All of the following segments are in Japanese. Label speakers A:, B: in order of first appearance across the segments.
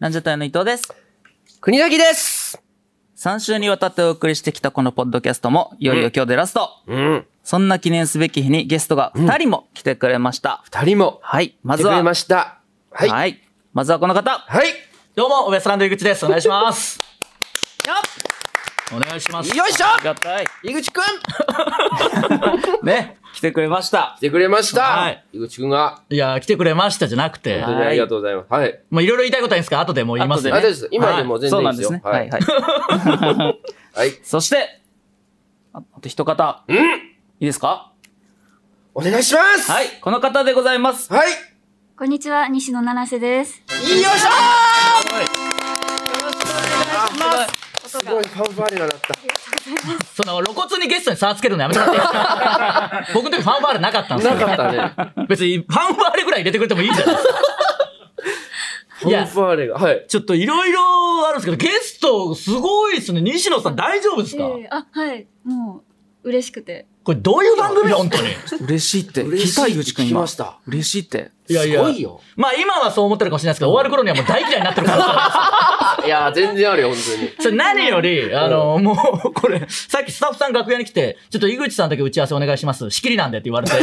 A: ランジャタイの伊藤です。
B: 国崎です
A: 3週にわたってお送りしてきたこのポッドキャストも、いよいよ今日でラスト。
B: うん。
A: そんな記念すべき日にゲストが2人も来てくれました。
B: 二人も、
A: はい。ま
B: 来て
A: ず
B: く
A: は、
B: れました。はい。はい。
A: はい。まずはこの方。
C: どうも、ウエストランド井口です。お願いします。お願いします。
B: よいしょ
A: ありがたい。
B: 井口くん来
A: ね、来てくれました。
B: てくれました、
C: はい
B: 井口くんが、
C: いや、来てくれましたじゃなくて、
A: はい
B: ありがとうございます。はい。
C: まあいろいろ言いたいことあるんですか後でもう言います
B: あ、
C: ね。
B: 大丈夫です。今でも全
A: そう
B: 然い
A: ないん
B: で
A: です
B: よ。
A: すね。
B: は
A: はい
B: い。
A: はい。
B: はい。
A: そして、ああと一方。いいですか
B: お願いします。
A: はいい。この方でございます。
B: はい。よ
D: こんにちは、西野七瀬です。
B: いしょ
A: あ
B: ーすごいファンファーレが鳴った。
C: その露骨にゲストに差をつけるのやめてもらっていいですか僕の時ファンファーレなかったんですよ。
B: なか ったね。
C: 別にファンファーレぐらい入れてくれてもいいじゃないですか。
B: ファンファーレが、はい。
C: ちょっといろいろあるんですけど、ゲストすごいですね。西野さん大丈夫ですか、
D: えーあ、はい、もう嬉しくて。
C: これどういう番組本当に。
A: 嬉しいって。
B: 嬉
A: 聞
B: し
A: いた
B: い
A: ゆ
B: っ
A: う
B: て
A: ちくん
B: 聞き
A: 今
B: ま。した。
A: 嬉しいって。
C: いやい
B: す
C: や
B: ご。いよ。
C: まあ今はそう思ってるかもしれないですけど、終わる頃にはもう大嫌いになってるから。
B: いやー、全然あるよ、本当に。
C: それ何より、あの、もう、これ、さっきスタッフさん楽屋に来て、ちょっと井口さんだけ打ち合わせお願いします。仕切りなんでって言 われて。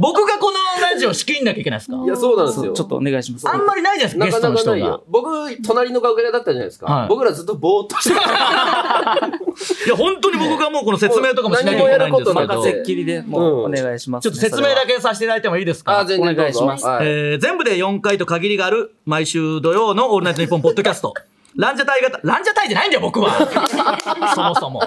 C: 僕がこのラジオ仕切んなきゃいけないですか
B: いや、そうなんです
A: そう
B: よ。
A: ちょっとお願いします。
C: あんまりないじゃないですか、
B: な
C: ゲ
B: か
C: ス
B: なかな
C: トの人
B: い
C: が
B: よ。。僕、隣の楽屋だったじゃないですか。
C: はい
B: 僕らずっとぼーっとしてた。
C: いや、本当に僕がもうこの説明とかもしなきゃいけないん
B: 何もやること
C: ですけど、
B: な
A: 任
B: い
C: ち
A: せっきりでもうお
B: うん
A: 願いします
C: ょ
A: ね、
C: っと説明だ
A: け。
C: けさせていただいてもいいです
B: あー、
C: か
B: 全然どうぞ。
A: お願いします
B: はい
C: えー全部で4回と限りがある、毎週土曜のオールナイトニッポンポッドキャス ト。ランジャタイが、ランジャタイじゃないんだよ、僕は。そもそも。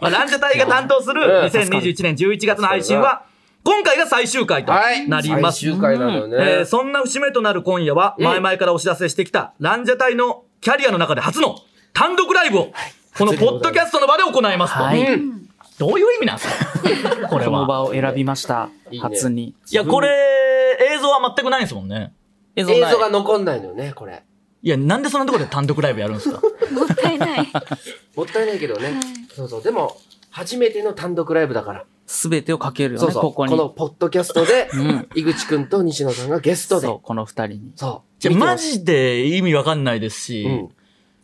C: まあランジャタイが担当する
B: うん
C: 2021年11月の配信は、今回が最終回と
B: はい。
C: なります。
B: 最終回なのよね。
C: えーそんな節目となる今夜は、前々からお知らせしてきた、ランジャタイのキャリアの中で初の単独ライブを、このポッドキャストの場で行いますと。
A: はい。
C: どういう意味なんです かこれ
A: この
C: は。
A: 場を選びました。
B: いいね
A: 初に。
C: いや、これ、映像は全くないんですもんね。
A: 映
B: 映
A: ない
B: 像が残んないのよね、これ。
C: いや、なんでそんなところで単独ライブやるんですか
D: もったいない。
B: もったいないけどね。そうそう。でも、初めての単独ライブだから。
A: すべてをかけるよ
B: そう
A: ね、
B: そう。
A: こ
B: こ
A: こに。
B: のポッドキャストで
A: ん、
B: 井口くんと西野さんがゲストで。
A: そう、この二人に。
B: そう。
C: じ ゃあ、
B: 見て
C: マ
B: ほしい
C: ジで意味わかんないですし、
B: うん。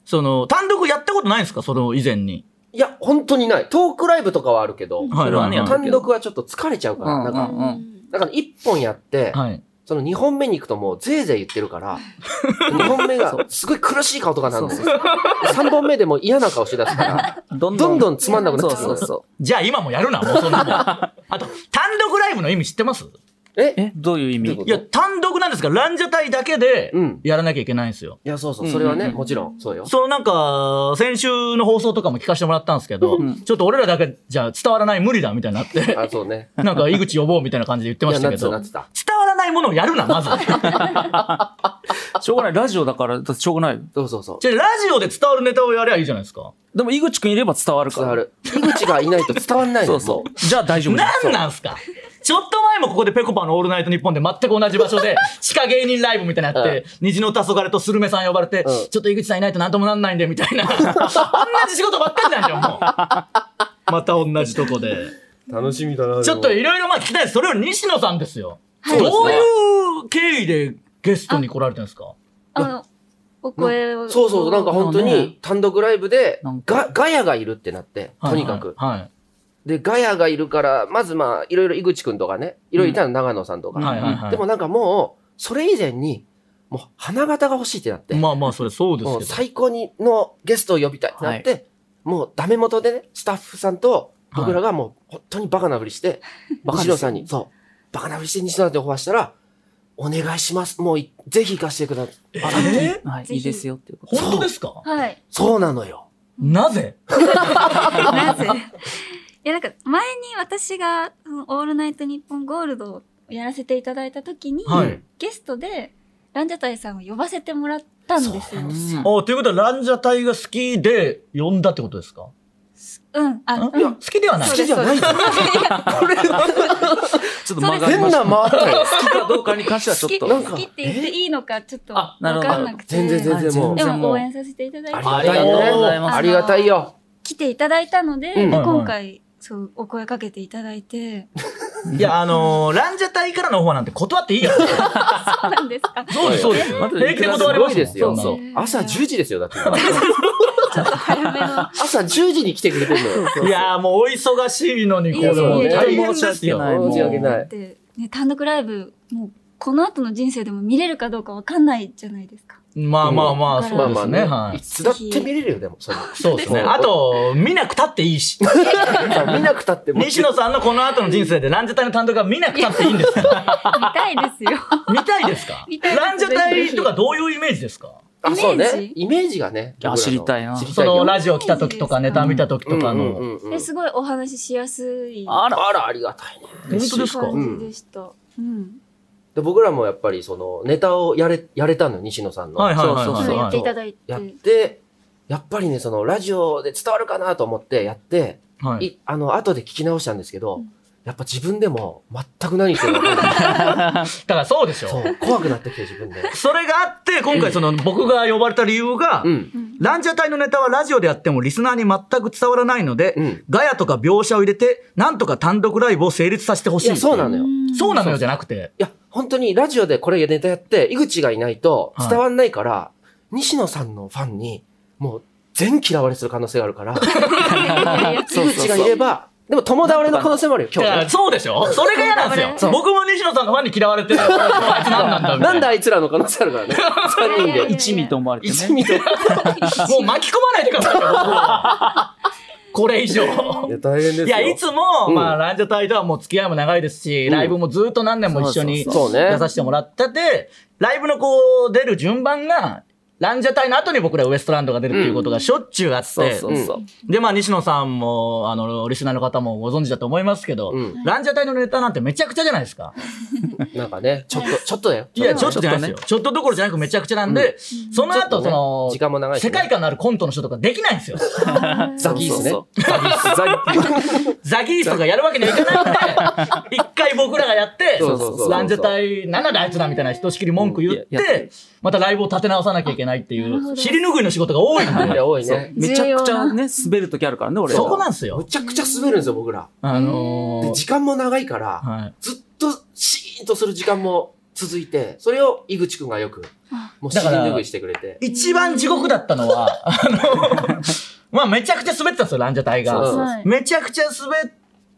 C: その、単独やったことないんですかその以前に。
B: いや、本当にない。トークライブとかはあるけど、
C: はいはいはい
B: 単独はちょっと疲れちゃうから、
A: うん
B: なんか、
A: うん
B: だから一本やって、
C: はい。
B: その二本目に行くともうぜいぜい言ってるから、二本目がすごい苦しい顔とかなんですよ。三本目でもう嫌な顔しだすから、
A: どん
B: どんど
A: ん。
B: んつまんなくな
A: そ
B: っ
A: う
B: てく
A: そ
B: る
A: うそ
C: じゃあ、今もやるな、もうそ んなもん。あと、単独ライブの意味知ってます
B: え
A: う。え、どういう意
B: どうい
A: 味
B: うこ
C: いや、単独なんですが、ランジャタイだけで
B: うん、
C: やらなきゃいけないんですよ。
B: いや、そうそうう、
A: ん
B: それはね、
A: うん
B: もちろん、そうよ。
C: そのなんか、先週の放送とかも聞かせてもらったんですけど、
A: ん
C: ちょっと俺らだけじゃ伝わらない無理だみたいにな って、
B: あ、そうね。
C: なんか井口呼ぼうみたいな感じで言って
B: い
C: ま
B: や、
C: した
B: なっ
C: け
B: てた、
C: ど、
B: なっ
C: 伝
B: てた。
C: わらないものをやるな、まず。
A: しょうがない。ラジオだから、だってしょうがないよ。
B: そうそうそう。
C: じゃあラジオで伝わるネタをやりゃいいじゃないですか。
A: でも、井口くんいれば伝わるか
B: 伝
A: ら。
B: わる。井口がいないと伝わんない
A: そ
B: の
A: うそう。じゃあ大丈夫じゃん
C: なんなんすかちょっと前もここでペコパのオールナイトニッポンで全く同じ場 所で、地下芸人ライブみたいなのやって、虹の黄昏とスルメさん呼ばれて、
B: うん
C: ちょっと井口さんいないとなんともなんないんで、みたいな。同じ仕事ばっかりなんだよ、もう。また同じとこで。
B: 楽しみだな
C: ちょっといろいろまあ聞きたいです。それより西野さんですよ。
D: はい
C: どういう経緯でゲストに来られたんですか
D: あの、お声を。
B: そうそう、なんか本
A: そ
B: 当
A: うね
B: に単独ライブで
A: なん、か
B: ガ、ガヤがいるってなって、とにかく。
C: はい
B: で、ガヤがいるから、まずまあ、いろいろ井口くんとかね、いろいろいたの、長野さんと
C: はいはい。
B: か。
C: はいはい
B: でもなんかもう、それ以前に、もう花形が欲しいってなって、
C: まあまあ、それそうで
B: もう
C: すけど。
B: 最高にのゲストを呼びたいってなって、もうダメ元でね、スタッフさんと僕らがもう本当にバカなふりして、
A: バカです
B: 西野さんに、そう、バカなふりして西野さんにオファーしたら、お願いします。もういぜひ行かせてください。
C: えー
A: はい、
D: ぜ
A: い
D: ひ
A: いですよっていうこと。
C: 本当ですか
D: はい。
B: そうなのよ。
C: なぜ
D: なぜ いや、なんか前に私が、そのオールナイトニッポンゴールドをやらせていただいたときに、
C: はい
D: ゲストで、ランジャタイさんを呼ばせてもらったんですよ。
A: うん
C: あということは、ランジャタイが好きで呼んだってことですか
D: うん。あ、うん
C: んいや、好きではない
D: そ
B: 好
D: う。で
B: きじ
D: す
B: ゃないぞ。
A: ちょっと間があり
B: 変
A: ました
B: な回ったよ。
A: 好きかどうかに関してはちょ
D: 好き
A: っと。
B: なん
D: 好
B: か
D: きって言っていいのか、ちょっと
A: あ
D: わ
A: なるほど
D: かんなくて。
B: 全然全然もう
D: で
A: 全然も
D: も
A: う
D: 応援させていただいて。
B: ありがたい
C: ありがとうござい
B: ね。
A: ます
B: ありがたいよ。
D: 来ていただいたので、
B: うん
D: で
C: はいはい
D: 今回そうお声かけていただいて
C: いや、あのーランジャタイからのオファーなんて断っていいやん。
D: そうなんですか。
C: そうです、そうです。平気で断
B: す
C: れ
B: ごい
C: ますもん
B: ですよ。
C: そんな
B: そう。
C: の
B: 朝10時ですよ、だって。
D: ちょっと早めの。
B: 朝10時に来てくれてるのよ。
C: いやーもうお忙しいのに、これ
D: いえいえ
C: もう
D: いえ
C: 大変ですよ。
A: ない
B: 申し訳な
D: だっ
B: い。
D: て、ね、単独ライブ、もう、この後の人生でも見れるかどうかわかんないじゃないですか。
C: まあまあまあ、
D: うん
B: ま
C: そ
B: あ
C: うで
B: ますあ
C: ね。
B: ね
C: はい
B: つだって見れるよ、でも、それ。
C: い。そうですね。あと、見なくたっていいし。
B: 見なくたっても。
C: 西野さんのこの後の人生でランジャタイの単独が見なくたっていいんです か
D: 見たいですよ。
C: 見たいですか
D: 見たいです
C: ランジャタイとかどういうイメージですか
B: あ、そう
D: イメー
B: ね
D: ジ。
B: イメージがね。
A: いや
B: 僕らの
A: 知りたいな
B: 知り
C: そ
B: たいよ
C: のラジオ来た時とか
D: イメ
C: ネ
D: ージですか
C: タ見た時とか
B: うんう
C: の。
B: んうんうん
D: えすごいお話ししやすい
A: あら、
B: あら、ありがたいね。
C: 本当ですか
D: 感じでした。うん。
B: で僕らもやっぱり、その、ネタをやれ、やれたのよ、西野さんの。
C: はいはいはい
A: そう
D: そ
A: そうそ
D: や
C: は
D: って
C: い
D: いただいて。
B: やって、やっぱりね、その、ラジオで伝わるかなと思ってやって、
C: はい。
B: い、あの、後で聞き直したんですけど、
D: うん
B: やっぱ自分でも全く何言ってるのか分かんない
C: だからそうでし
B: そ
C: ょ。
B: う、怖くなってきて自分で。
C: それがあって、今回その僕が呼ばれた理由が
B: う、ん。
D: うん
C: ランジャタイのネタはラジオでやってもリスナーに全く伝わらないので、
B: うん
C: ガヤとか描写を入れて、なんとか単独ライブを成立させてほし
B: い
C: いってい
B: や、そうなのよ。い
D: ん
C: そうなのよじゃなくて。
B: や、本当にラジオでこれネタやって、井口がいないと
C: はい
B: 伝わんないから、西野さんのファンに、もう全嫌われする可能性がある から、
A: そ
B: 井
A: うそうそう
B: 口がいれば、でも友倒れの可能性もあるよ、今
C: いや
B: 日ね。
C: そうでしょそれが嫌なんです
B: そ
C: よ。
B: う
C: 僕も西野さんがファンに嫌われて、あいつ何なん
B: ない
C: だみた
B: んで
C: な。
B: あいつらの可能性ある からね。3人
D: いやいやい
B: で。
D: や
A: 一味と思われて
B: 一
A: ね。
B: 味で。
C: もう巻き込まないでくださいよ僕 を。これ以上。
B: いや、大変ですよ。
C: いや、いつも、
B: うん
C: まあ、ランジャタイとはもう付き合いも長いですし、
B: うん
C: ライブもずっと何年も一緒に
A: そ
C: 出
A: う
B: そうそうそうね
C: させてもらってて、ライブのこう、出る順番が、ランジャタイの後に僕らウエストランドが出るっていうことがしょっちゅうあって、
A: そうそううんそう。
C: で、まあ、西野さんも、あの、リスナーの方もご存知だと思いますけど、
B: うん
C: ランジャタイのネタなんてめちゃくちゃじゃないですか。
B: なんかね、ちょっと、ちょっとだよ。
C: いや、ち
A: ちょ
C: ょっ
A: っと
C: とじ
A: ね
C: ゃないですよ。ちょっとどころじゃなくめちゃくちゃなんで、その後、そ
B: ち
C: の、
B: ょっとね時間も長いしね
C: 世界観のあるコントの人とかできないんですよ。
B: ザギースね。
A: そう
B: ザギースザギース。
C: ザギースとかやるわけにはいかない ので、一回僕らがやって
B: そうそうそうそ、う
C: ランジャタイ、なんであいつだみたいなひとしきり文句言っ
A: うんややって
C: て、またライブを立て直さなきゃいけないってい
D: なるほ
C: う、
D: ど
C: 尻拭いの仕事が多 いん
B: い
C: で、
B: や、多い
A: そう
B: ね。
A: めちゃくちゃね、滑るときあるからね、俺ら
C: そこなんですよ
B: む。ちゃくちゃ滑るんですよ、僕ら。
C: あの
B: で、
C: ー
B: 時間も長いから、
C: はい。
B: ずっとシーンとする時間も続いて、それを井口くんがよく、もうシ
C: だから
B: ーン拭いしてくれて。
C: 一番地獄だったのは、 あのまあめちゃくちゃ滑ってたんですよ、ランジャタイが。
B: そう
D: はい
C: めちゃくちゃ滑っ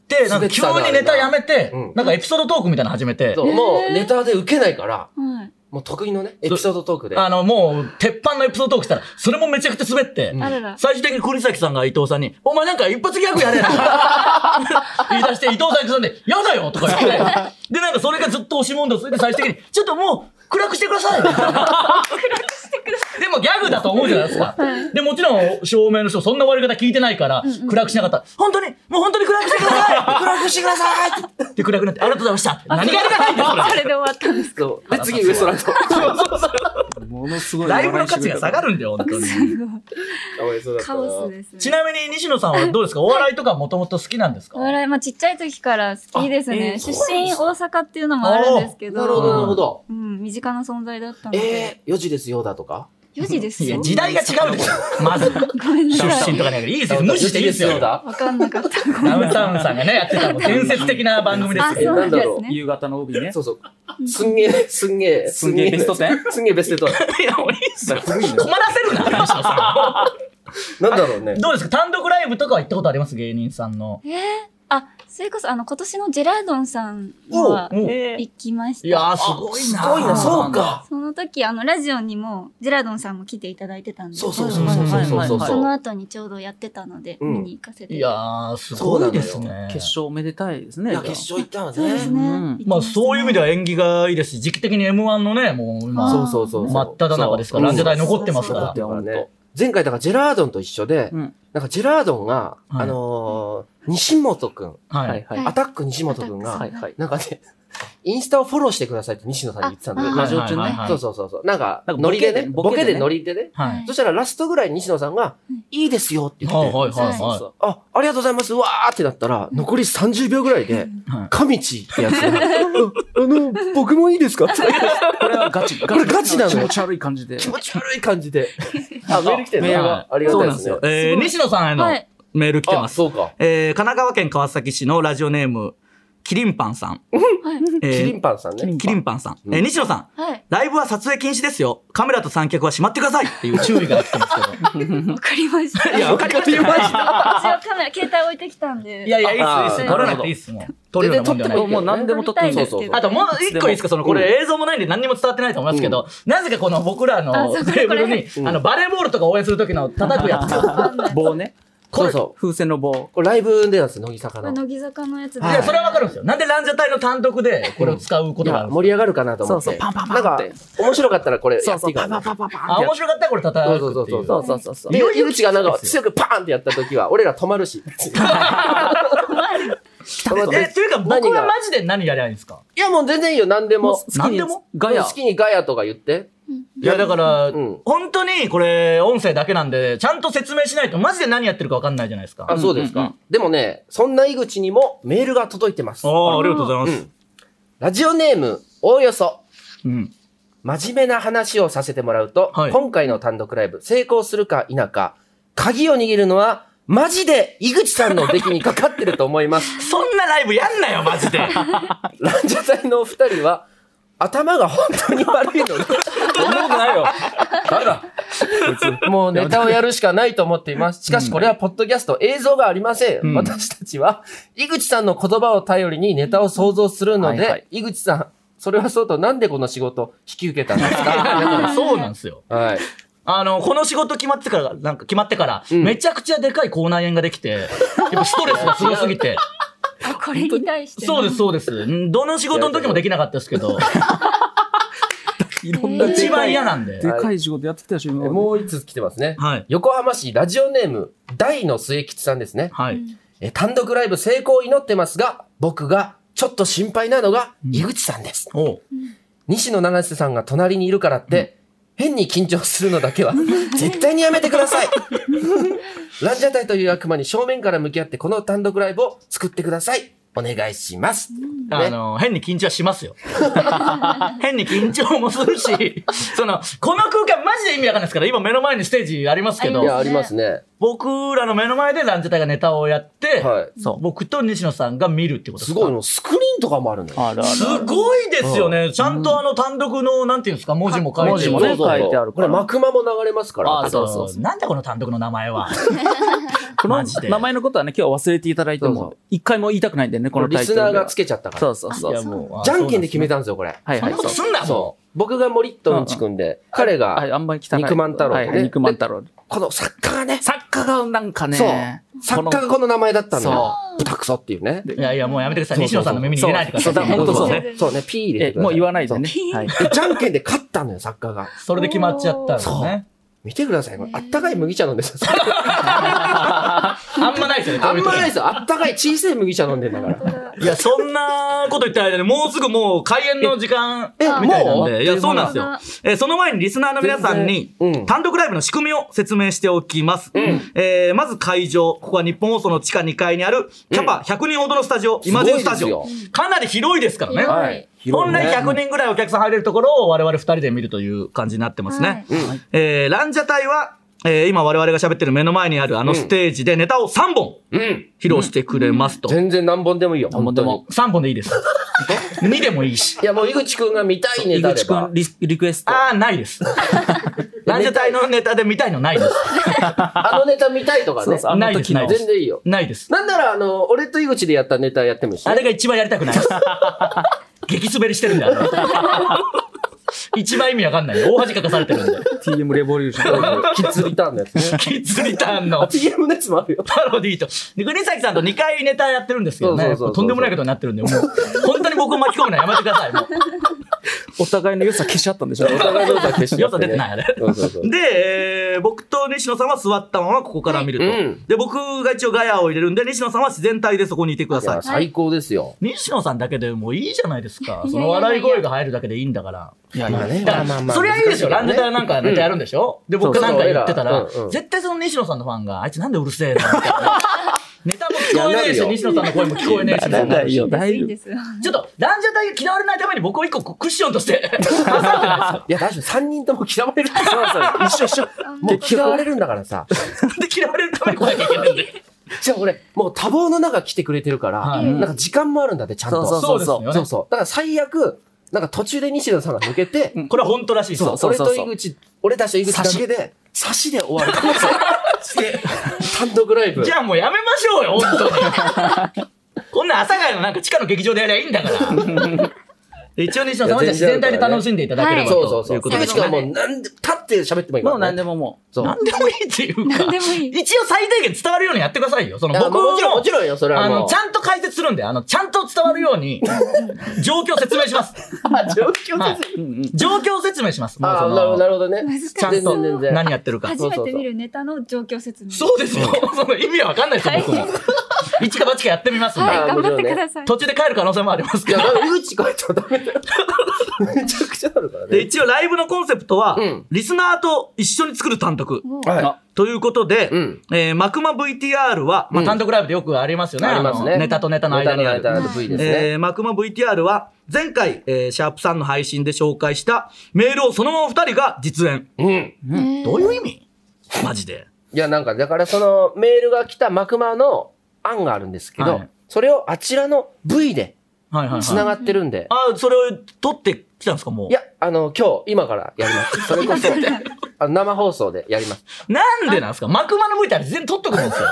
C: て、な
B: 滑
C: んか
B: って
C: 急
B: たな
C: にネタやめて
B: うん、
C: なんかエピソードトークみたいなの始めて
B: そ、う、もうネタで受けないから、
D: はい。
B: もう得意のね、エピソードトークで。
C: あの、もう、鉄板のエピソードトークしたら、それもめちゃくちゃ滑って、
B: うん
D: あらら。
C: 最終的に国崎さんが伊藤さんに、お前なんか一発ギャグやれ よ言い出して、伊藤さんがそんで、やだよとか 言って、で、なんかそれがずっと押し問答するで、最終的に、ちょっともう、暗くしてください暗くしてくださいでもギャグだと思うじゃないですか。で、もちろん、照明の人、そんな終わり方聞いてないから、暗くしなかった。本当に、もう本当に暗くしてください 暗くしてくださいってで、暗くなって、ありがとうございました。 何がありがたいんだよ、それ。
D: それで終わったんです。
B: そう。で、次、ウエストランド。
A: ものすごい。
C: ライブの価値が下がるんだよ、本当に。
B: かわいそうだった
D: カ
B: な
D: オスですね。
C: ちなみに西野さんはどうですかお笑いとかもともと好きなんですか
D: お笑い、まあ、ちっちゃい時から好きです
B: あえ
D: ね。
B: ー
D: 出身大阪っていうのもあるんですけど、
B: なるほど、なるほど。
D: うん、身近な存在だったので、
B: えー、4時ですよだとか。
D: 4時です
C: いや、
D: よ。
C: 時代が違うでし ょ。まず。
D: ごめんな
C: 出
D: さ
C: 身
D: い。
C: とかね、いいですよ。無視していいですよ。ダ
B: だ
D: わかんなかった。ごめん
C: ウンタウンさんがね、やってたもう伝説的な番組です
D: あ、
C: け
D: そ
C: ど
D: う。なんで
B: えなんだろ
D: す
B: う
D: ね。
A: 夕方の帯ね。
B: そうそう。すんげえ、すんげえ、
A: すんげえベストテン
B: すんげえベスト10。
C: いや、もういいっすよ。困
A: 古い
C: らせ
A: ね
C: るな、西野さ
B: なんだろうね
C: ん。。どうですか単独ライブとかは行ったことあります芸人さんの。
D: えー、あ、それこそ、あの、今年のジェラードンさん
C: お
D: は
C: うおう
A: え
D: 行きました。
C: いやー、すごいな。
B: すごいな、そうか。
D: その時、あの、ラジオにも、ジェラードンさんも来ていただいてたんで、
B: そうそうそうそうそうそう
A: はい
D: その
B: そう。
D: 後にちょうどやってたので、
B: うん
D: 見に行かせて。
C: いやー、すごいです
B: そう
C: ね。
A: 決勝おめでたいですね。
B: いや、決勝行ったわ
D: そうで
B: ね
D: す。ね。
A: うん
D: 行き
C: まあ、
D: したね
C: そういう意味では演技がいいですし、時期的に M1 のね、もう
D: あー
C: 今、
B: そうそうそうそう。
C: 真っ只中ですから、
B: そう
C: ランジャタイ残ってますか
B: 残っ
C: ら
B: て。るから
A: いや
B: ね。前回、だからジェラードンと一緒で、
A: うん
B: なんかジェラードンが、
C: はい
B: あのー、西本くん、
C: は
A: はいい。
D: は
A: はいい。
B: アタック西本くんが、
A: はいはい。
B: なんかね、インスタをフォローしてくださいって西野さんに言ってたんだけど、
A: ラジオ中
C: はい
A: ね
C: は。い
B: そうそうそうそう。なんか、
A: なんか
B: ノ
A: ボ
B: リ
A: ケで
B: でね、
A: ボケで
B: ボ
A: ね
B: ケでノリでね。
C: はい。
B: そしたらラストぐらいに西野さんが
D: うん、
B: いいですよって言
C: は
B: っ
C: い
B: て、
C: はいはい
A: そう
C: は
A: そう。
B: あ、ありがとうございます、うわーってなったら、残り30秒ぐらいで、
C: いはい。
B: 神地って やつが、あの、僕もいいですかって
A: これはガチ。
B: これガチなの
A: 気持ち悪い感じで。
B: 気持ち悪い感 じで。あ、メール来てる
C: メー
B: な
C: ルが
B: ありが
A: そ
B: た
A: う
B: い
A: なん
B: で
A: ですす
B: ね
A: よ。。
C: えー、西野さんへの
D: はい
C: メール来てます。
B: そうか。
C: えー神奈川県川崎市のラジオネーム、キリンパンさん。
D: はい。
C: えー
B: キリンパンさんね。
C: キリンパンさん。えー西野さん。
D: はい。
C: ライブは撮影禁止ですよ。カメラと三脚はしまってくださいっていう注意が来てますけ
D: わかりました。
C: ど。いや、わかりま
B: わかりま
C: し。
B: した
D: 私はカメラ、携帯置いてきたんで。
C: いやいや、いいっす、いいっ
B: あー
C: す。撮らなくていいっす、もう。撮るようなもんじ
B: 全然撮
C: ゃない
B: ってもいい
A: もう何でも撮っていいんです
B: そう
A: け
B: そう
A: ど。
B: そう
C: あともう一個いいですかその、これ映像もないんで何にも伝わってないと思いますけど、なぜかこの僕ら
D: あ
C: の
D: そうこれ
C: テーブルに
B: こ、れ
C: あの、バレーボールとか応援する時の叩くやつ。い
A: 棒ね。
B: そ
C: これ
B: うそう。
A: 風船の棒。
B: これライブでなんですよ、乃木坂
D: これ
B: の。
D: 乃木坂のやつで。
B: はい
C: や、それはわかるんですよ。なんでランジャタイの単独でこれを使うこ
B: い
C: とがあ
B: や
C: るんですか
B: 盛り上がるかなと思って。
A: そうそうパンパンパン
B: なんか
A: って、
B: 面白かったらこれ
A: そ
B: や
A: う
B: って
A: そ。
B: いういか
A: パ
B: な
A: パパパパン
C: あ、
A: ってや
C: 面
A: つ。
C: 白かったらこれ叩
B: そうそ
C: く
B: う
C: ってい
B: そう
C: う。
A: そうそうそうそう。
B: で井口がなんか強くパーンってやった時は、俺ら止まるし。 止まっ
C: え、
B: て
C: というか僕
B: 何
C: は
B: が
C: マジで何やりゃいいんですか
B: いや、もう全然いいよ、何でも。
A: 好き
C: 何
A: に
C: でも
A: ガヤ
B: 好。きにガヤとか言って。
C: いや、だから
B: うん、
C: 本当にこれ音声だけなんで、ちゃんと説明しないとマジで何やってるかわかんないじゃないです
B: あ、
C: か。
B: そうです
A: うんうん
B: か。でもね、そんな井口にもメールが届いてます。
C: ああ、ありがとうございま
B: う
C: す。
B: ん。ラジオネーム、おおよそ。
C: うん。
B: 真面目な話をさせてもらうと、
C: はい
B: 今回の単独ライブ、成功するか否か、鍵を握るのは、マジで井口さんの出来にかかってると思います。
C: そんなライブやんなよ、マジで。
B: ランジャタイのお二人は、頭が本当に悪いので、
C: そんなことないよ。誰だ
B: もうネタをやるしかないと思っています。しかしこれはポッドキャスト、映像がありません。
C: うん
B: 私たちは、井口さんの言葉を頼りにネタを想像するので、
A: はいはい
B: 井口さん、それはそうと、なんでこの仕事引き受けたんです
C: いや
B: か
C: だからそうなんですよ。
B: はい。
C: あの、この仕事決まってから、なんか決まってから、
B: ん
C: めちゃくちゃでかい口内炎ができて、やっぱストレスがすごすぎ て。
D: あ、これに対して。
C: そうです、そうです。んどの仕事の時もできなかったですけど、
A: いろんな
C: 一番嫌なんで
A: で。かい仕事やってきたし、今まで
B: もう一つ来てますね。
C: はい
B: 横浜市ラジオネーム、大の末吉さんですね。
C: はい。
B: え単独ライブ成功を祈ってますが、僕がちょっと心配なのが井口さんです。
C: おう
B: 西野七瀬さんが隣にいるからって、変に緊張するのだ けは、絶対にやめてくださいランジャタイという悪魔に正面から向き合って、この単独ライブを作ってください。お願いします。
C: あの、変に緊張はしますよ。 変に緊張もするし、 その、この空間マジで意味わかんないですから、今目の前にステージありますけ
D: あ
C: ど
D: り、ます
B: ね。
C: 僕らの目の前でランジャタイがネタをやって、
B: はい。
A: そう。
C: 僕と西野さんが見るってことです
B: す
C: か
B: ごいの、スクリーンとかもあるのよ。
A: あるある。
C: すごいですよね。ちゃんとあの単独の、なんていうんですか、文字も書いて。
A: 文字もね
B: そうそうそう
A: 書いてある
B: こ
A: か
B: れ、
A: ら
B: 幕間も流れますから。
A: あそうそう
C: あとなんだこの単独の名前は。
A: こ
C: マ
A: の
C: ジで
A: 名前のことはね、今日は忘れていただいて
B: そうそ
A: も、一回も言いたくないんだよね、この
B: リ
A: タイト
B: ス
A: ルでは。
B: ナーがつけちゃったか
A: そ
B: ら。
A: うそうそう。
C: も
B: じゃんけんで決めたんですよ、これ。
A: はい
C: そ
A: はい
C: んなこ。と
A: そう
C: すんな、も
B: そう。僕が森とうんちくんで、彼
A: は
B: が、
A: い、あんまり汚い。
B: 肉まん太郎
A: はいはい
B: ね
A: 肉まん太郎。
B: この作家がね、
A: 作家がなんかね、
B: そう。作家がこの名前だったんだよ。豚クソっていうね。
A: で
C: う。いやいや、もうやめてください。
B: そう
C: 西
B: そうそう
C: 野さんの耳に入れないでくださ
A: そうだ
C: い。
A: 本当そうね
B: そうね、ピー入れて
A: え
B: ください。
A: もう言わないでね。はい。
B: そう。でじゃんけんで勝ったのよ、作家が。
C: それで決まっちゃったのね。
B: 見てください、これ。あったかい麦茶飲んでるんですよ。
C: あんまないですよね、こ
B: あ
C: うんいう時
B: まないですよ。あったかい小さい麦茶飲んでんだから。
C: いや、そんなこと言ってる間に、もうすぐもう開演の時間
B: え
C: みたいなん
B: も
C: で。いや、そうなんです
D: あ
C: よ
D: っ。
C: えーその前にリスナーの皆さんに
B: 全然う、ん
C: 単独ライブの仕組みを説明しておきます。えーまず会場。ここは日本放送の地下2階にある、キャパ100人ほどのスタジオ、イマジンスタ
B: す
C: ジオ
B: ごいで。
C: かなり広いですからね。
D: 広
B: はい。
C: 本来100人ぐらいお客さん入れるところを我々2人で見るという感じになってますね。
D: はい
B: うん
C: えーランジャタイは、えー今我々が喋ってる目の前にあるあのステージでネタを3本
B: うん。
C: 披露してくれますと。
B: 全然何本でもいいよ。
A: 何本
B: 本
A: で
B: 当
A: も
B: に。
C: 3本でいいです。2でもいいし。
B: いや、もう井口くんが見たいネ
A: 井
B: タで
A: 口くん
B: ば。
A: リスリクエスト。
C: ああ、ないです。ランジャタイのネタで見たいのないです。
B: あのネタ見たいとか
A: そう
B: ね。
A: そう、あ
C: な
A: の
C: いです
A: 時の
C: な。いで
B: 全然いいよ。
C: ないです。
B: なんなら、あの、俺と井口でやったネタやってもいいし。
C: あれが一番やりたくないです。激滑りしてるんで、あれ一番意味わかんない。大恥かかされてるんで。
A: TM レボリューシ
B: そ
A: ョ
B: う
A: ン。
B: そうキッズリター ンのやつね。
C: キッズリターンの
B: TM のやつもあるよ。
C: パロディーと。で、国崎さんと2回ネタやってるんですけど
B: そうそ
C: ね。
B: うそうそう
C: とんでもないことになってるんで、もう、本当に僕を巻き込むのはやめてください。も
A: お互いの良さ消しちゃったんでしょ
B: お互いの歌消し
C: う、
B: てや
C: よ
B: ってね
C: さ出てない、あれ。
B: そうそう そう。
C: で、えー僕と西野さんは座ったままここから見ると。
B: うん
C: で、僕が一応ガヤを入れるんで、西野さんは自然体でそこにいてくだ
B: い
C: さい
B: や、。最高ですよ。
C: 西野さんだけでもういいじゃないですか。
D: いやいやいや
C: その笑い声が入るだけでいいんだから。
A: いや
B: まあね
C: だから、
B: まあまあ
C: そりゃいいですよ。ランジャタイなんかネタやるんでしょ、で、僕なんか言ってたら、
B: そうそう俺らうんうん
C: 絶対その西野さんのファンが、あいつなんでうるせえな、み たいな。ネタも聞こえ
B: いやな
C: ねえ
B: る
C: し、
B: よ
C: 西野さんの声も聞こえねえし、みたいな
A: ならいいよ大
D: い
A: 丈
D: い
A: 夫
D: ですよ。
C: ちょっと、ランジャタイ嫌われないために僕を一個クッションとし て。
B: いや、大丈夫。三人とも嫌われるって。そうそう。一緒一緒。もう嫌われるんだからさ。
C: で嫌われるために来なきゃいけないんで。
B: じゃあ俺、 もう多忙の中来てくれてるから、
C: はい
B: なんか時間もあるんだって、ちゃんと。
A: そうそうそう
C: です
B: そうそうだから最悪、なんか途中で西野さんが抜けて、
C: これは本当らしいです
B: そう
A: そうそうそう
B: 俺と井口、俺たちと井口だけで、差しで終わる。単独ライブ。
C: じゃあもうやめましょうよ、本当に。 こんな阿佐ヶ谷のなんか地下の劇場でやりゃいいんだから。一応西野さんはじゃあ自然体で楽しんでいただければ
D: はい
C: と
B: そうそうそ
C: い
B: うう。
C: ことで
B: 井
C: す
B: 口が
C: ね
B: もう、なんで、立って喋ってもいいから、
A: も
B: ね。
A: う何でももう。
B: そう。
C: なんでもいいっていうか。
D: 何でもいい
C: 一応最低限伝わるようにやってくださいよ。その
B: いや
C: 僕
B: もちろん、もちろんよ、それ
C: あ
B: はも
C: の、
B: う
C: ち。ゃんと解説するんで、あの、ちゃんと伝わるように、状況説明し ます。
B: 状況説
A: うんうん
C: 状況説明します。
B: 明。
C: もう
B: あ
C: そ
B: あ、なるほど、
C: の
B: なるほどね。
D: 難しい
C: ちゃんと
B: 全然全然
C: 何やってるか。
D: 初めて見るネタの状況説明
C: そうですよ。 その意味はわかんないですよ、僕も。一か八かやってみますんで
D: はい
B: あー
D: 頑張ってください
C: 途中で帰る可能性もあります
B: い
C: け
B: や、
C: ど
B: だ。から井口書いたらダメだよ。めちゃくちゃなるから
C: で、
B: ね。
C: 一応ライブのコンセプトは、
B: うん
C: リスナーと一緒に作る単独。
D: もう
B: は
A: あ
C: ということで、
B: うん
C: えー、マクマ VTR は、まあ、
B: うん
C: 単独ライブでよくありますよね。
B: ありますね
C: のネタとネタの間にある。
B: ネタとネタの V ですね
C: えー、マクマ VTR は、前回、えー、シャープさんの配信で紹介したメールをそのまま二人が実演。
B: い。うん。
C: どういう意味マジで。
B: いや、なんか、だからそのメールが来たマクマの案があるんですけど、
C: はい
B: それをあちらの V で
C: はいはい、
B: 繋
C: はい。
B: がってるんで、
C: あ、それを撮ってきたんですか、もう。
B: いや、あの、今日、今からやり ます。それこそ、あの生放送でやります。
C: なんでなんですかマクマの VTR 全然撮っとくもんですよ。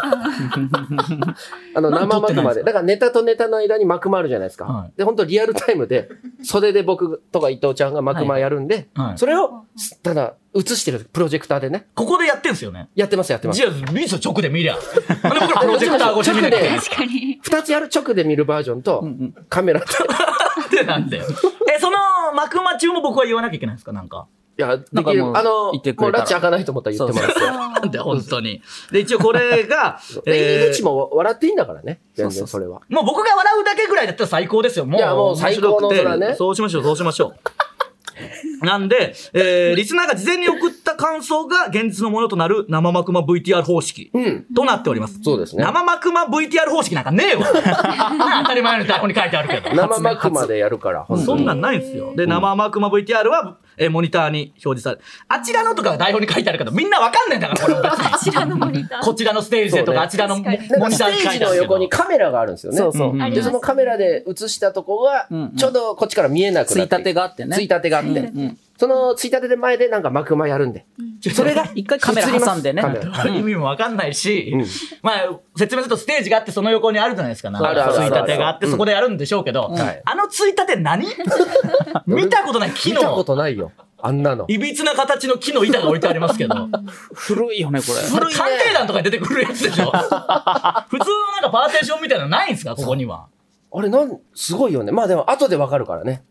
B: あの、
C: なんで
B: 生
C: 撮っ
B: マク
C: てないんで
B: ます
C: か
B: で。だからネタとネタの間にマクマあるじゃないですか。
C: はい
B: で、本当リアルタイムで、袖で僕とか伊藤ちゃんがマクマやるんで、
C: はいはい
B: それを、ただ、映してるプロジェクターでね、
C: ここでやってんすよね。
B: やってます、やってます
C: じ。ゃあ、見るすよ、直で見 りゃ。なんで僕らプロジェクター越しに見なきゃいけないんですか
D: 確かに
B: 二つやる直で見るバージョンと、カメラで。
C: ってなんだよ。え、その、幕間中も僕は言わなきゃいけないんですかなんか。
B: いや、
A: な
B: で
A: んか
B: きる。
A: もう
B: あの、
A: 言ってく
B: も
A: れ
B: う
A: たら
B: 拉致開かないと思ったら言ってもらって。
C: なんで、本当に。で、一応これが、
B: で
C: え
B: 入り口
C: ー、
B: も笑っていいんだからね。
A: そ
B: 全
A: うそ
B: 然
A: う
B: それは。
C: もう僕が笑うだけぐらいだったら最高ですよ。もう、
B: いやもう最高の
C: 面白く
B: それは
C: て
B: ね
C: そうしましょう、そうしましょう。なんで、えー、リスナーが事前に送った感想が現実のものとなる生幕間 VTR 方式
B: うん。
C: となっております。
B: そうですね。
C: 生幕間 VTR 方式なんかねえわ。な当たり前の台本に書いてあるけど。
B: 生マクマでやるから、本
C: そ
B: 当
C: ん
B: に。
C: なんないんすよ。で、生マークマ VTR は、えーモニターに表示され、あちらのとか台本に書いてあるけど、みんなわかんないんだから、これ別に
D: あちらのモニター
C: こちらのステージで
B: そ
C: と
B: う
C: か、
B: ね
C: あちらのモ
D: 確
C: モ
D: か
C: ニ
D: に
C: タ
B: なんかス
C: ー
B: テ
C: に書
B: ージ
C: いてあ
B: の
C: るけ
B: 横に
C: ど。
B: カメラがあるんですよね。
A: そうそう
C: うん
D: あり
B: で、
D: ます
B: そのカメラで映したとこが
A: うんうん、
B: ちょうどこっちから見えなく
A: つ
B: なっ
A: い
B: て。
A: たてがあってね。
B: ついたてがあっ
A: うんう
B: て。
A: ん
B: そのついたてで前でなんかマクマやるんで。
C: そ
B: そ
C: れ
B: れ
C: が
B: が、
A: 一回カメラ挟んでね。
B: 映りますカメラ
C: 意味もわかんないし、
B: うん
C: まあ、説明するとステージがあって、その横にあるじゃないですか、なん
B: あるあ
C: か、
B: る
C: つ
B: ある
C: いたてがあって、
B: うん
C: そこでやるんでしょうけど、
B: はい
C: あのついたて 何見たことない木
B: 見たこ
C: の、
B: とないよ。あんなの。
C: いびつな形の木の板が置いてありますけど。
A: 古いよね、これ。
C: 探偵団とかに出てくるやつ でしょ普通のなんかパーテーションみたいなのないんですかここには。
B: あれ、なん、すごいよね。まあでも、後でわかるからね。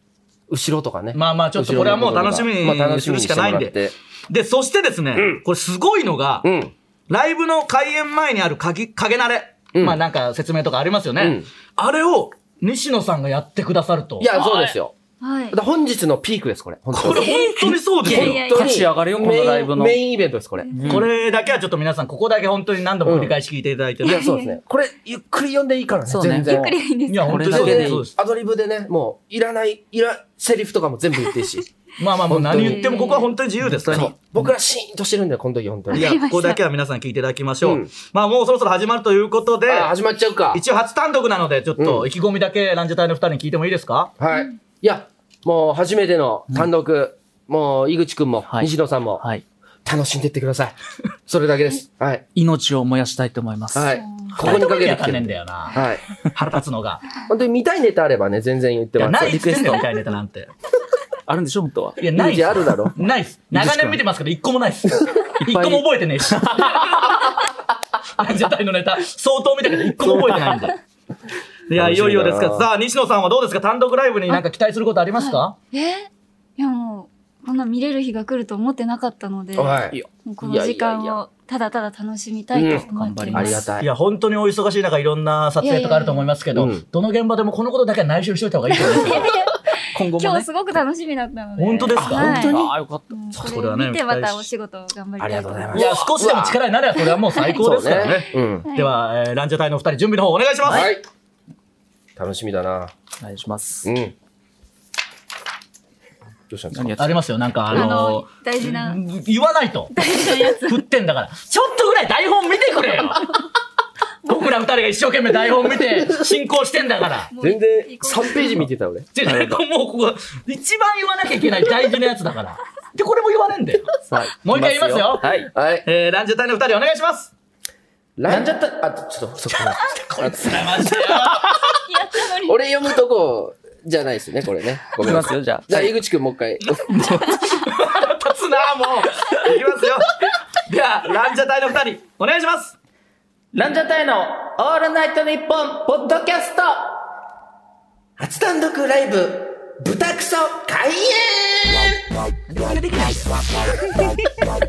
B: 後ろとかね。
C: まあまあちょっとこれはもう楽しみ
B: まあ楽
C: にす
B: しみ
C: る
B: に
C: し
B: して
C: か
B: も
C: ない
B: ら
C: ん
B: っ
C: で
B: て。。
C: で、そしてですね、これすごいのが、
B: うん。
C: ライブの開演前にある影、影慣れ。
B: うん
C: まあなんか説明とかありますよね。
B: うん
C: あれを西野さんがやってくださると。
B: いや、そうですよ。
D: はい
B: だから本日のピークです、これ。本当
C: これ
B: に。
C: 本当にそうですよ。
D: いやいやいや
B: 本当に
A: 価値上がるよこの
B: メイン
A: ライブの
B: メインイベントです、これ。
C: これだけはちょっと皆さん、ここだけ本当に何度も繰り返し聞いていただいて
B: い
C: ね、
B: や、そうですね。これ、ゆっくり読んでいいからね、
A: そうね
B: 全然。
A: ゆっくり
D: いいんです
C: いや、本当
A: こ
C: に
A: れ
C: そう
A: だけ
C: で
A: です
C: そうです。
B: アドリブでね、もう、いらない、いら、セリフとかも全部言っていいし。
C: まあまあもう何言ってもここは本当に自由です。
B: そう僕らシーンとしてるんだよ、この時、本当
C: い
B: に。
C: や
D: わかり、ま
C: こ
D: し
C: こ
D: た
C: だけは皆さん聞いていただきましょう。
B: うん
C: まあもうそろそろ始まるということで、
B: あ、始まっちゃうか。
C: 一応初単独なので、ちょっと意気込みだけランジャタイの二人に聞いてもいいですか
B: はい。いや、もう、初めての単独、もう、井口くんも、
A: はい
B: 西野さんも、
A: はい。
B: 楽しんでってください。それだけです。はい。
A: 命を燃やしたいと思います。
B: はい。ここにかけてきて
C: ねん
B: る。
C: だよな。
B: はい。
C: 腹立つのが。
B: 本当に見たいネタあればね、全然言って
C: いや、
B: ます。
C: ないっつって
A: リ
C: んだよ、
A: クエスト
C: みたいネタなんて。
A: あるんでしょ、本当は。
C: いや、 な
B: い
C: いっす
B: い字あるだろ
C: ないっす。長年見てますけど、一個もないっす。一個も覚えてねえし。ランジャタイのネタ、相当見たけど、一個も覚えてないんで。いや、
B: 楽しみだない
C: よいよですが、さあ、西野さんはどうですか単独ライブになんか期待することありますか
D: えいやもうこんな見れる日が来ると思ってなかったので
B: はい
A: いよ
D: もうこの時間
B: いやいやい
D: をただただ楽しみたいと思って
A: うん頑張り
B: あ
D: ま
B: り
D: す。
B: がた
C: い
B: い。
C: や、本当にお忙しい中、いろんな撮影とかあると思いますけど、
B: いやいやいやうん
C: どの現場でもこのことだけは内緒にしといた方がいいと思いますよ。
A: 今後も
D: 今
A: ね
D: 日。すごく楽しみだったので。
C: 本当ですか
D: はい
B: 本当に
A: ああ、よかった。
D: もう
C: そう
D: こ
C: これ
D: れ
C: は
D: を
C: ね
D: 見てま
C: 期待した
D: お仕事を頑張り
B: あ
D: たい
B: りがとうございま
C: い
B: す
C: や、少しでも力になれば、それはもう最高ですからね。
B: うん。
D: はい
C: では、えーランジャタイのお二人、準備の方お願いします。
B: はい。楽しみだな。
A: お願いします
B: う。ん。どうしたんです
A: 何
B: か
A: やっ
C: あ
A: て
C: りますよ、なんか、あ
D: あの
C: の、
D: 大 事な
C: 言わないと。振ってんだから。ちょっとぐらい台本見てくれよ。僕ら二人が一生懸命台本見て進行してんだから。
D: もう
B: 全然
D: 行こう
B: 3ページ見てた俺。
C: 違うもうここ、一番言わなきゃいけない大事なやつだから。で、これも言わねえんだよ。もう一回言いますよ。
A: はい。
B: はい。
C: えー、ランジャタイの二人お願いします。
B: ランジャタイ、あ、ちょっと、そっか。
C: こいつらマジでよ。
D: やったのに。
B: 俺読むとこじゃないですね、これね。ご
A: い
B: め
A: き
B: ん
A: ま
B: なさい。
A: すよ、じゃ
B: じゃあ、井口くんもう 一回。
C: 立つなあもう。いきますよ。では、ランジャタイの二人、お願いします。
A: ランジャタイのオールナイトニッポンポッドキャスト
B: 初単独ライブ、豚クソ開演
C: 何ができないんだよ